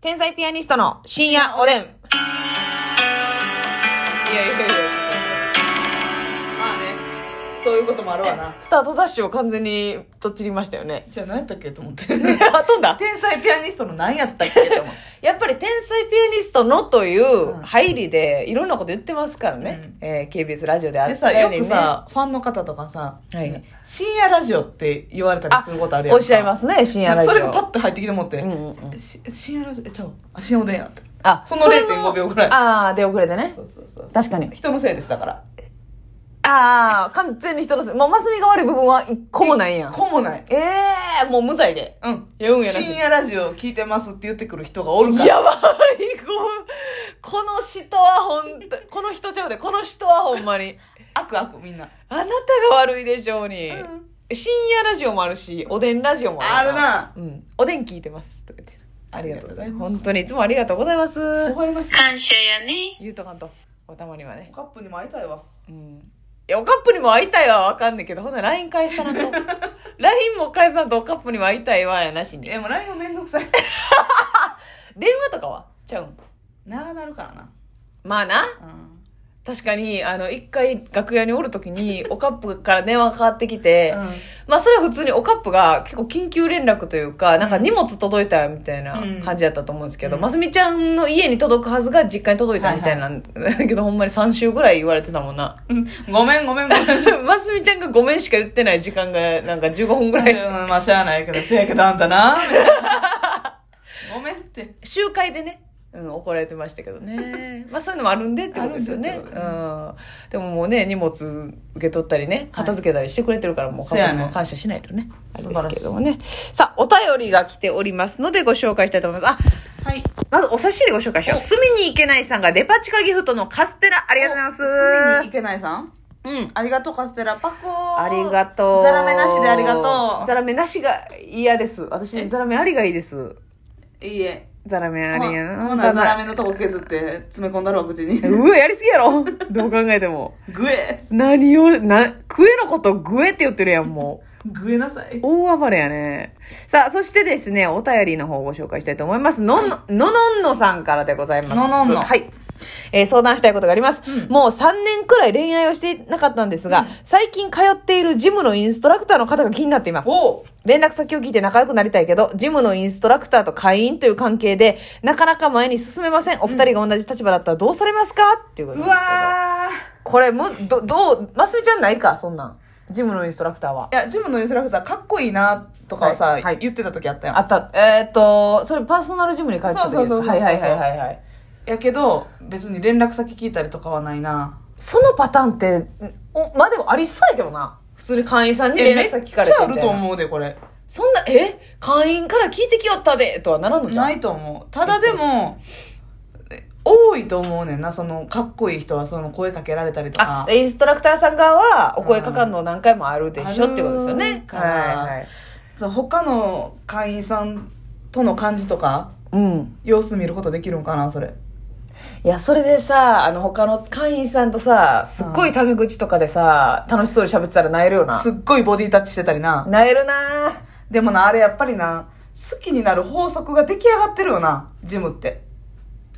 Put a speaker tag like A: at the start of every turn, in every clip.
A: 天才ピアニストの深夜おでん。いやいやいや。
B: まあねそういうこともあるわな
A: スタートダッシュを完全にとっちりましたよね。
B: じゃあ何やったっけと思っ て
A: あ、飛んだ。
B: 天才ピアニストの何やったっけと思 って
A: やっぱり天才ピアニストのという
B: うん
A: 入りでいろんなこと言ってますからね。えー KBS ラジオであ
B: で
A: っ
B: さ
A: た
B: よ
A: よう
B: く
A: にね。
B: さファンの方とかさ、
A: はい
B: ね深夜ラジオって言われたりすることあるやん
A: おっしゃいますすね、深夜ラジオ。
B: それがパッと入ってきてもって、
A: うんうんうん
B: し深夜ラジオえちゃうあ深夜おでんやって
A: あ、
B: その0.5秒ぐらい
A: ああ、出遅れてね
B: そ。うそうそう
A: 確かに
B: 人のせいですだから
A: ああ、完全に人のせい。もう、マスミが悪い部分は一個もないやん。
B: こもない
A: ええー、もう無罪で。
B: うん
A: いや運やらしい
B: 深夜ラジオ聞いてますって言ってくる人がおるから
A: やばい、ここの人はほんと、この人ちゃうで、この人はほんまに。
B: 悪悪みんな
A: あなたが悪いでしょうに。深夜ラジオもあるし、おでんラジオもある
B: あ
A: るな。うん。おでん聞いてます。とか言ってる
B: ありがとうございます
A: 本当にいつもありがとうございます。
B: 微笑ましい
C: 感謝やね
A: 言うとかんと。おたまにはね
B: お。カップにも会いたいわ
A: うん。いや、おカップにも会いたいはわかんねんけど、ほんなら LINE 返さな と。LINE も返さんとおカップにも会いたいわやなしに。
B: えもう LINE もめんどくさい
A: 電話とかはちゃうん。
B: 長なるか
A: まあな。
B: らなうん
A: 確かに、あの、一回楽屋におるときに、 おカップから電話かかってきて、まあそれは普通におカップが結構緊急連絡というか、なんか荷物届いたよみたいな感じだったと思うんですけど、
B: うん
A: ますみちゃんの家に届くはずが実家に届いたみたいなんだ けど、ほんまに3週ぐらい言われてたもんな。
B: うんごめんごめんごめん
A: ますみちゃんがごめんしか言ってない時間がなんか15分ぐらい。
B: うんまあ、しゃあないけど、せやけどあんたな。みたいなごめんって。
A: 集会でね、うん、怒られてましたけどね。まあそういうのもあるんでってことですよ
B: あ
A: ね
B: る。んでって
A: う
B: こと
A: ん。でももうね、荷物受け取ったりね、片付けたりしてくれてるから、もう
B: そうや
A: 家
B: ね
A: 族も感謝しないとね。あれ
B: 素
A: で
B: 晴らし
A: す
B: い
A: けどもね。さあ、お便りが来ておりますのでご紹介したいと思います。あ、
B: はい。
A: まずお差し入れご紹介しよう。
B: お
A: 住みに行けないさんがデパ地下ギフトのカステラ、あ
B: あ
A: りがとうご
B: 住
A: ざ
B: み
A: い
B: に行けないさん
A: ます。うん。
B: ありがとう、カステラ。パコー。
A: ありがとう。
B: ザラメなしでありがと
A: ザラメなしが嫌です。私、
B: え
A: ザラメありがいいです。
B: う。いいえ。
A: ザラメありや
B: ほな、ほなザラメのとこ削って詰め込んだろ、口に。
A: うわ、やりすぎやろどう考えても。
B: ぐえ。
A: 何を、な、食えのことグエって言ってるやん、も う。
B: ぐえなさい。
A: 大暴れやね。さあ、そしてですね、お便りの方をご紹介したいと思います。のんの、ののんのさんからでございます。
B: ののんの
A: はい。えー相談したいことがあります、
B: うん
A: もう3年くらい恋愛をしていなかったんですが、
B: うん
A: 最近通っているジムのインストラクターの方が気になっています。
B: おう
A: 連絡先を聞いて仲良くなりたいけど、ジムのインストラクターと会員という関係で、なかなか前に進めません。お二人が同じ立場だったらどうされますかっていうこと
B: う
A: なんですけど。
B: わ
A: これむどどうますみちゃんないかそんなんジムのインストラクターは
B: ー。いや、ジムのインストラクターかっこいいな、とかはさ、
A: はいはい
B: 言ってた時あったやん。
A: あったえーっとそれパーソナルジムに通ってた時ですか
B: そうそうそうそう
A: はいはいはいはいはい
B: やけど、別に連絡先聞いたりとかはないな。
A: そのパターンってんおまあでもありそうやけどな普通に会員さんに連絡先聞かれて
B: えめっちゃあ
A: み
B: る
A: たい
B: と
A: な
B: 思うで、これ。
A: そんなえ会員から聞いてきよったでとはならんのじゃ
B: なんいと思うただでもえ多いと思うねんなそのかっこいい人はその声かけられたりと
A: あ
B: か
A: インストラクターさん側はお声かかるの何回もあるでしょってことですよ
B: ある
A: ね
B: から
A: はいはい
B: そう他の会員さんとの感じとか
A: うん
B: 様子見ることできるんかなそれ
A: いや、それでさ、あの、他の会員さんとさ、すっごいタメ口とかでさ、楽しそうに喋ってたら萎えるよな
B: す。っごいボディタッチしてたりな
A: 萎えるな
B: でもなあれやっぱりな好きになる法則が出来上がってるよなジムって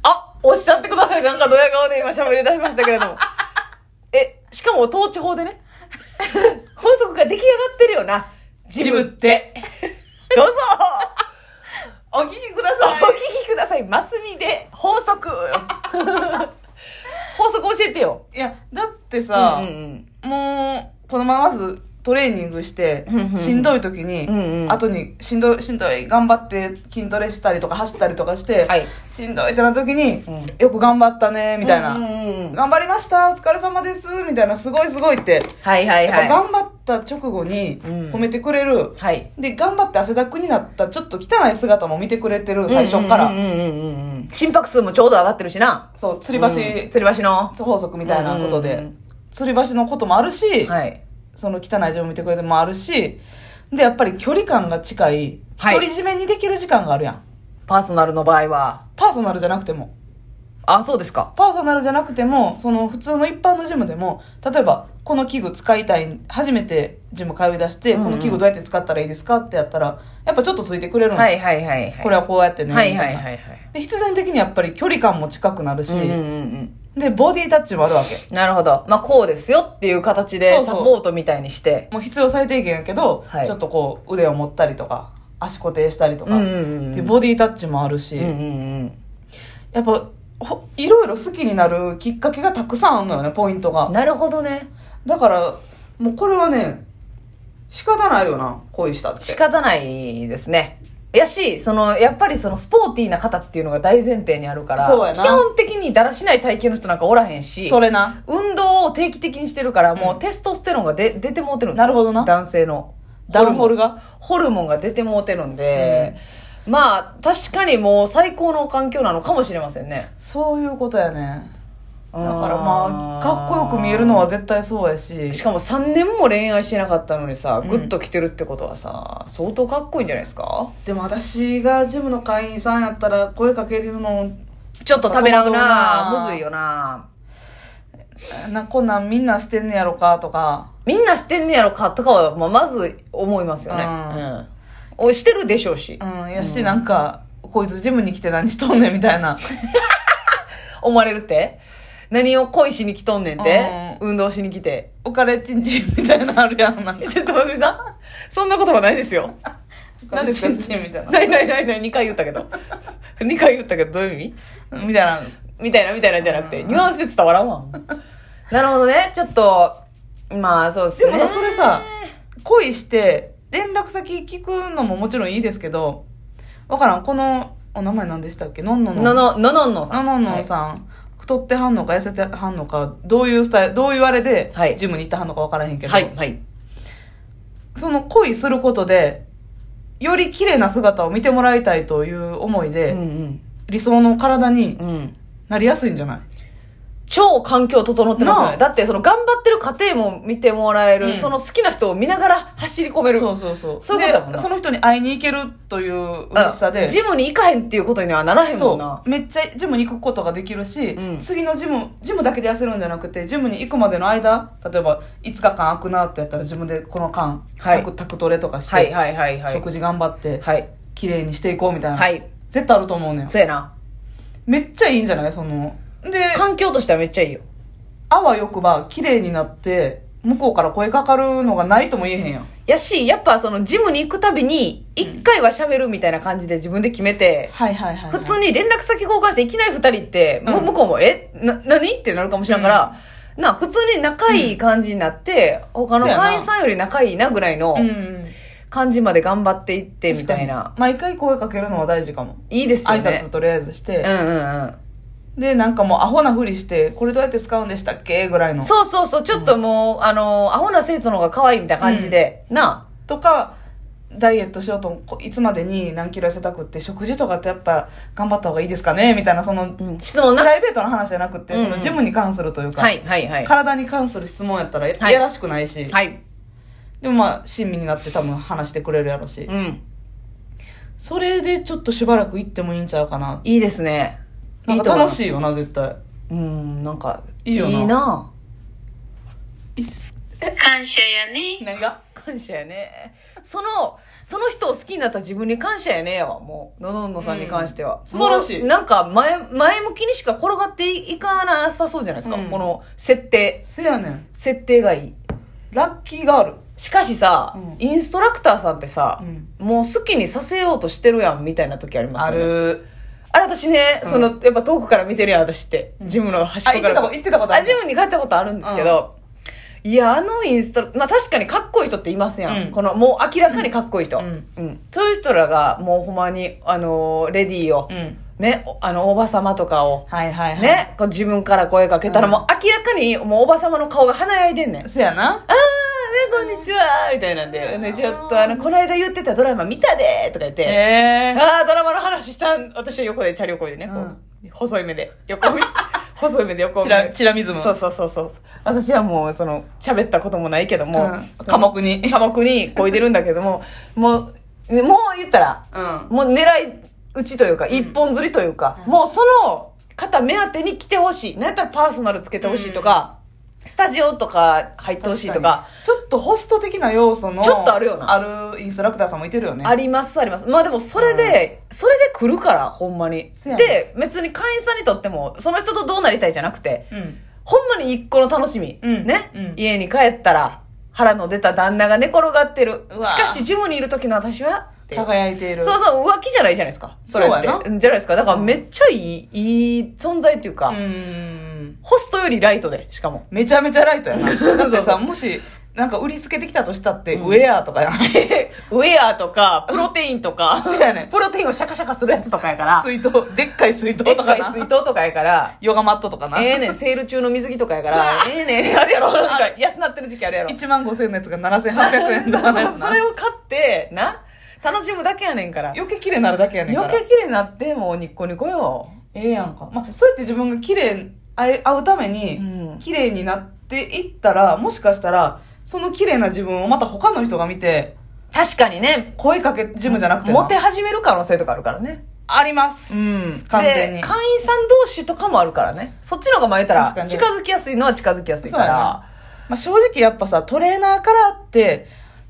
A: あ、おっしゃってください。なんかドヤ顔で今喋り出しましたけれ ども。え、しかも統治法でね。 法則が出来上がってるよ な。自
B: ジムっ
A: 分。
B: て
A: どうぞ
B: お聞きくだ
A: お
B: さい
A: 聞きください。マスミで法則。法則教えてよ。
B: いやだってさ、
A: うん
B: もうこのまままずトレーニングして
A: うんうん
B: しんどい時に、
A: うんうんうん
B: 後にしんどいしんどい頑張って筋トレしたりとか走ったりとかして、
A: はい
B: しんどいってなった時に、
A: うん
B: よく頑張ったねみたいな、
A: うんうんうん
B: 頑張りましたお疲れ様ですみたいなすごいすごいって、
A: はいはい
B: やっぱ
A: は
B: 頑張った直後に
A: うん
B: 褒めてくれる
A: い。、はい。
B: で頑張って汗だくになったちょっと汚い姿も見てくれてる最初から、
A: うんうんうんうんうんうん心拍数もちょうど上がってるしな。
B: そう吊り橋、
A: うん吊り橋の。
B: 法則みたいなことで、
A: うんうん
B: 吊り橋のこともあるし、
A: はい。
B: その汚い字を見てくれてもあるし、で、やっぱり距離感が近い、
A: はい
B: 独り占めにできる時間があるやん。
A: パーソナルの場合は。
B: パーソナルじゃなくても。
A: あ、そうですか。
B: パーソナルじゃなくても、その普通の一般のジムでも、例えば、この器具使いたい、初めてジム通い出して、
A: うんうん
B: この器具どうやって使ったらいいですかってやったら、やっぱちょっとついてくれるの。
A: はいはいはいはい。
B: これはこうやってね。
A: はい
B: みた
A: はいい
B: な
A: はいはい。
B: で必然的にやっぱり距離感も近くなるし、
A: うんうんうん
B: で、ボディタッチもあるわけ。
A: うん。なるほど。まあ、こうですよっていう形で
B: そう
A: サ
B: そう
A: ポートみたいにして。
B: もう必要最低限やけど、
A: はい
B: ちょっとこう腕を持ったりとか、足固定したりとか、
A: うんうんうん
B: でボディタッチもあるし、
A: うんうんうん。
B: やっぱ、ほいろいろ好きになるきっかけがたくさんあるのよね、ポイントが。
A: なるほどね。
B: だから、もうこれはね、仕方ないよな、恋したって。
A: 仕方ないですね。やし、その、やっぱりそのスポーティーな方っていうのが大前提にあるから、
B: そうやな
A: 基本的にだらしない体型の人なんかおらへんし、
B: それな。
A: 運動を定期的にしてるから、もううんテストステロンがで出てもうてるんですよ
B: なるほどな
A: 男性の。
B: ダルホル
A: が。
B: が。
A: ホルモンが出てもうてるんで、まあ、確かにもう最高の環境なのかもしれませんね。
B: そういうことやね。
A: だ
B: だからまあ、かっこよく見えるのは絶対そうやし。
A: しかも3年も恋愛してなかったのにさ、
B: うん
A: グッと来てるってことはさ、相当かっこいいんじゃないですか
B: でも私がジムの会員さんやったら声かけるの、
A: ちょっとためらうな
B: 戸惑うな
A: むずいよな
B: な、こんなんみんなしてんねやろかとか。
A: みんなしてんねやろかとかは、まあ、まず思いますよね。
B: う
A: うんん。おしてるでしょうし
B: う、ん、やし、なんか、こいつジムに来て何しとんねんみたいな。
A: 思われるって何を恋しに来とんねんって、
B: う
A: 運動しに来て。
B: おかれちんちんみたいなのあるやん。なんか、
A: ちょっと、まみさん、そんな言葉ないですよ。なんですか
B: おかれちんちんみたい
A: ないないないない、2回言ったけど。2回言ったけど、どういう意味
B: な。みたいな。
A: みたいなみたいなんじゃなくて、
B: うん
A: ニュアンスで伝わらんわ。なるほどね。ちょっと、まあそうです
B: で
A: ね。
B: もさ、それさ、恋して、連絡先聞くのももちろんいいですけど、わからん、この、お名前何でしたっけのんののん。
A: のの、ののんのさ
B: の
A: ん。
B: のんのん
A: ん。
B: さん、太ってはんのか痩せてはんのか、どういうスタイル、どういうあれで、
A: はい
B: ジムに行ってはんのかわからへんけど、
A: はい、はい。
B: その恋することで、より綺麗な姿を見てもらいたいという思いで、
A: うんうん。
B: 理想の体に
A: うん。
B: なりやすいんじゃない
A: 超環境整ってますよ
B: なあ
A: ね。だってその頑張ってる過程も見てもらえる、
B: うん
A: その好きな人を見ながら走り込める。
B: そうそうそう。
A: そういうことだもんな
B: で、その人に会いに行けるという
A: あ
B: 嬉しさで、
A: ジムに行かへんっていうことにはならへんもんな
B: そ。う。めっちゃジムに行くことができるし、
A: うん
B: 次のジム、ジムだけで痩せるんじゃなくて、ジムに行くまでの間、例えば5日間空くなってやったら自分でこの間、
A: はい
B: タクタクトレとかして、
A: はいはいはいはい。
B: 食事頑張って、
A: はい。
B: 綺麗にしていこうみたいな。
A: はい。
B: 絶対あると思うねん。
A: そうやな。
B: めっちゃいいんじゃないその。で、
A: 環境としてはめっちゃいいよ。
B: あわよくば綺麗になって、向こうから声かかるのがないとも言えへんやん。
A: やし、やっぱそのジムに行くたびに、一回は喋るみたいな感じで自分で決めて、
B: はいはいはい、
A: 普通に連絡先交換していきなり二人って、
B: うん
A: む向こうも、えな、何ってなるかもしれんから、な、普通に仲いい感じになって、他の
B: そうやな
A: 会員さんより仲いいなぐらいの
B: うん。
A: 感じまで頑張っていってみたい
B: 確か
A: な
B: に。毎回声かけるのは大事かも。
A: いいですよ
B: 挨
A: ね
B: 拶。とりあえずして、
A: うんうんうん。
B: でなんかもうアホなふりしてこれどうやって使うんでしたっけぐらいの
A: そうそうそう、ちょっともう、あの、アホな生徒の方が可愛いみたいな感じで、な
B: とかダイエットしようともこいつまでに何キロ痩せたくって食事とかってやっぱ頑張った方がいいですかねみたいなその
A: あ、うん質問
B: プ
A: な。
B: ライベートの話じゃなくて、
A: うんうん
B: そのジムに関するというか、
A: はいはいはい。
B: 体に関する質問やったら
A: はい
B: いやらしくないし、
A: はい。
B: でもまあ親身になって多分話してくれるやろし、
A: うん。
B: それでちょっとしばらく行ってもいいんちゃうかない
A: いですね。
B: なん
A: と
B: か
A: 思いま
B: 楽
A: す
B: しいよな絶対
A: うん、なんか、
B: いいよない
A: いな。
C: 感謝やね。
B: 何が
A: 感謝やね。その、その人を好きになった自分に感謝やねやわ、もう。ののんのさんに関しては。
B: ん素晴らしい
A: もうなんか、前、前向きにしか転がっていかなさそうじゃないですか、
B: うん
A: この、設定。
B: せやねん
A: 設定がいい。
B: ラッキーガール、
A: しかしさ、
B: うん
A: インストラクターさんってさ、
B: ん、
A: もう好きにさせようとしてるやん、みたいな時あります
B: あ
A: よね。あ
B: る
A: れ私ね、
B: うん
A: その、やっぱ遠くから見てるやん、私って。
B: うん
A: ジムの端っ
B: あ
A: こ
B: 行っ
A: か
B: てた
A: ら
B: こ。行ってたことあ
A: あ、
B: る
A: ジムに帰ったことあるんですけど、いや、あのインストラ、まあ確かにかっこいい人っていますやん。
B: うん
A: この、もう明らかにかっこいい人。
B: う
A: うんん。そういう人らが、もうほんまに、あのーレディーを、
B: うん
A: ね、おあの、おば様とかを、
B: はいはいはい。。
A: ね、こう自分から声かけたら、
B: うん
A: もう明らかに、もうおば様の顔が華やいでんねん。あーね、
B: せやな。
A: こんにちはみたいなんで、
B: うん
A: ね、ちょっとあの、この間言ってたドラマ見たでーとか言って、
B: ええ
A: ああ、ドラマの話したん、私は横で、チャリ横でね、こう
B: うん
A: 細い目で、横見、細い目で横を
B: チ
A: 見
B: ラ、チラミズム。
A: そうそうそうそう。私はもう、その、喋ったこともないけども、
B: うん科目に。
A: 科目にこいでるんだけども、もう、ねもう言ったら、
B: うん。
A: もう狙い撃ちというか、一本釣りというか、
B: うん
A: もうその方目当てに来てほしい。なんやったらパーソナルつけてほしいとか、スタジオとか入ってほしいとか、
B: ちょっとホスト的な要素の
A: ちょっとあるよな
B: あるインストラクターさんもいてるよね
A: ありますあります。まあでもそれで、それで来るから、ほんまに。
B: せやね
A: で、別に会員さんにとっても、その人とどうなりたいじゃなくて、
B: うん
A: ほんまに一個の楽しみ。
B: うん
A: ね、
B: うん
A: 家に帰ったら、腹の出た旦那が寝転がってる。
B: うわ
A: しかし、ジムにいる時の私は、っていう
B: 輝いている
A: そうそう、浮気じゃないじゃないですか。それ
B: そう
A: っ
B: やな
A: て。うんじゃないですか。だからめっちゃいい、いい存在っていうか、
B: うん
A: ホストよりライトで、しかも。
B: めちゃめちゃライトやなだって
A: そうそ
B: さもしなんか売りつけてきたとしたって、
A: うん
B: ウェアとかやん
A: ウェアとか、プロテインとか、
B: そうやねん
A: プロテインをシャカシャカするやつとかやから、
B: 水筒でっかい水筒
A: でっ
B: とか
A: かい
B: な
A: 水筒とかやから、
B: ヨガマットとかな、
A: ええねん、セール中の水着とかやから、ええねん、あるやろ、なんか安なってる時期あるやろ。
B: 1万5000円のやつが7800円とかのやつ な
A: それを買って、な、楽しむだけやねんから。
B: 余計綺麗になるだけやねんから
A: 余計綺麗になって、もうニッコニコよ。
B: ええやんか、まあ、そうやって自分が綺麗あえ会うため
A: う
B: に
A: ん。
B: 綺麗になっていったらもしかしたらその綺麗な自分をまた他の人が見て
A: 確かにね、
B: 声かけジムじゃなくてな
A: モテ始める可能性とかあるからね。
B: あります、完全に
A: で会員さん同士とかもあるからねそっちの方が前言った
B: 確からに
A: 近づきやすいのは近づきやすい
B: そ
A: か
B: うやな
A: ら
B: まあ、正直やっぱさトレーナーからって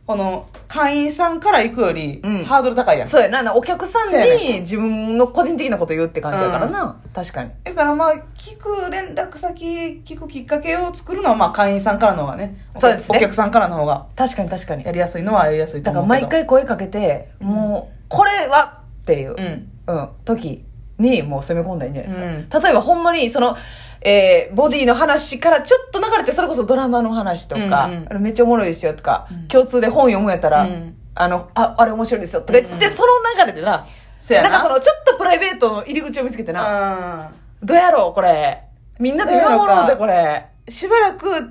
B: この会員さんから行くより、
A: うん
B: ハードル高いやん
A: そうやななお客さん
B: そうや
A: に自分の個人的なこと言うって感じだからな、確かに
B: だからまあ聞く連絡先聞くきっかけを作るのはまあ会員さんからの方がね
A: そうですね
B: お客さんからの方が
A: 確かに確かに
B: やりやすいのはやりやすいと
A: だか
B: 思う
A: ら
B: けど
A: 毎回声かけて、
B: うん
A: もうこれはっていう、
B: う
A: うん
B: ん
A: 時にもう攻め込んだらいいんじゃないですか、
B: う
A: 例えばほんまにそのえーボディの話からちょっと流れてそれこそドラマの話とか、
B: うんうん
A: あのめっちゃおもろいですよとか、
B: うん
A: 共通で本読むんやったら、
B: うん
A: あのああれ面白いですよとか言って、
B: うんうん
A: その流れでな
B: せや
A: な
B: なん
A: かその、ちょっとプライベートの入り口を見つけてな、
B: う
A: どうやろう、これ。みんなで見守ろうぜ、これ。
B: んしばらく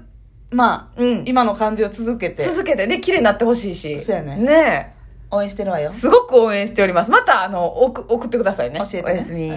B: まあ
A: うん。
B: 今の感じを続けて
A: 続けてね、綺麗になってほしいし。
B: そうやね
A: ね
B: 応援してるわ
A: え
B: よ
A: すごく応援しております。また、あの、送送ってくださいね。
B: 教えてね
A: おやすみ。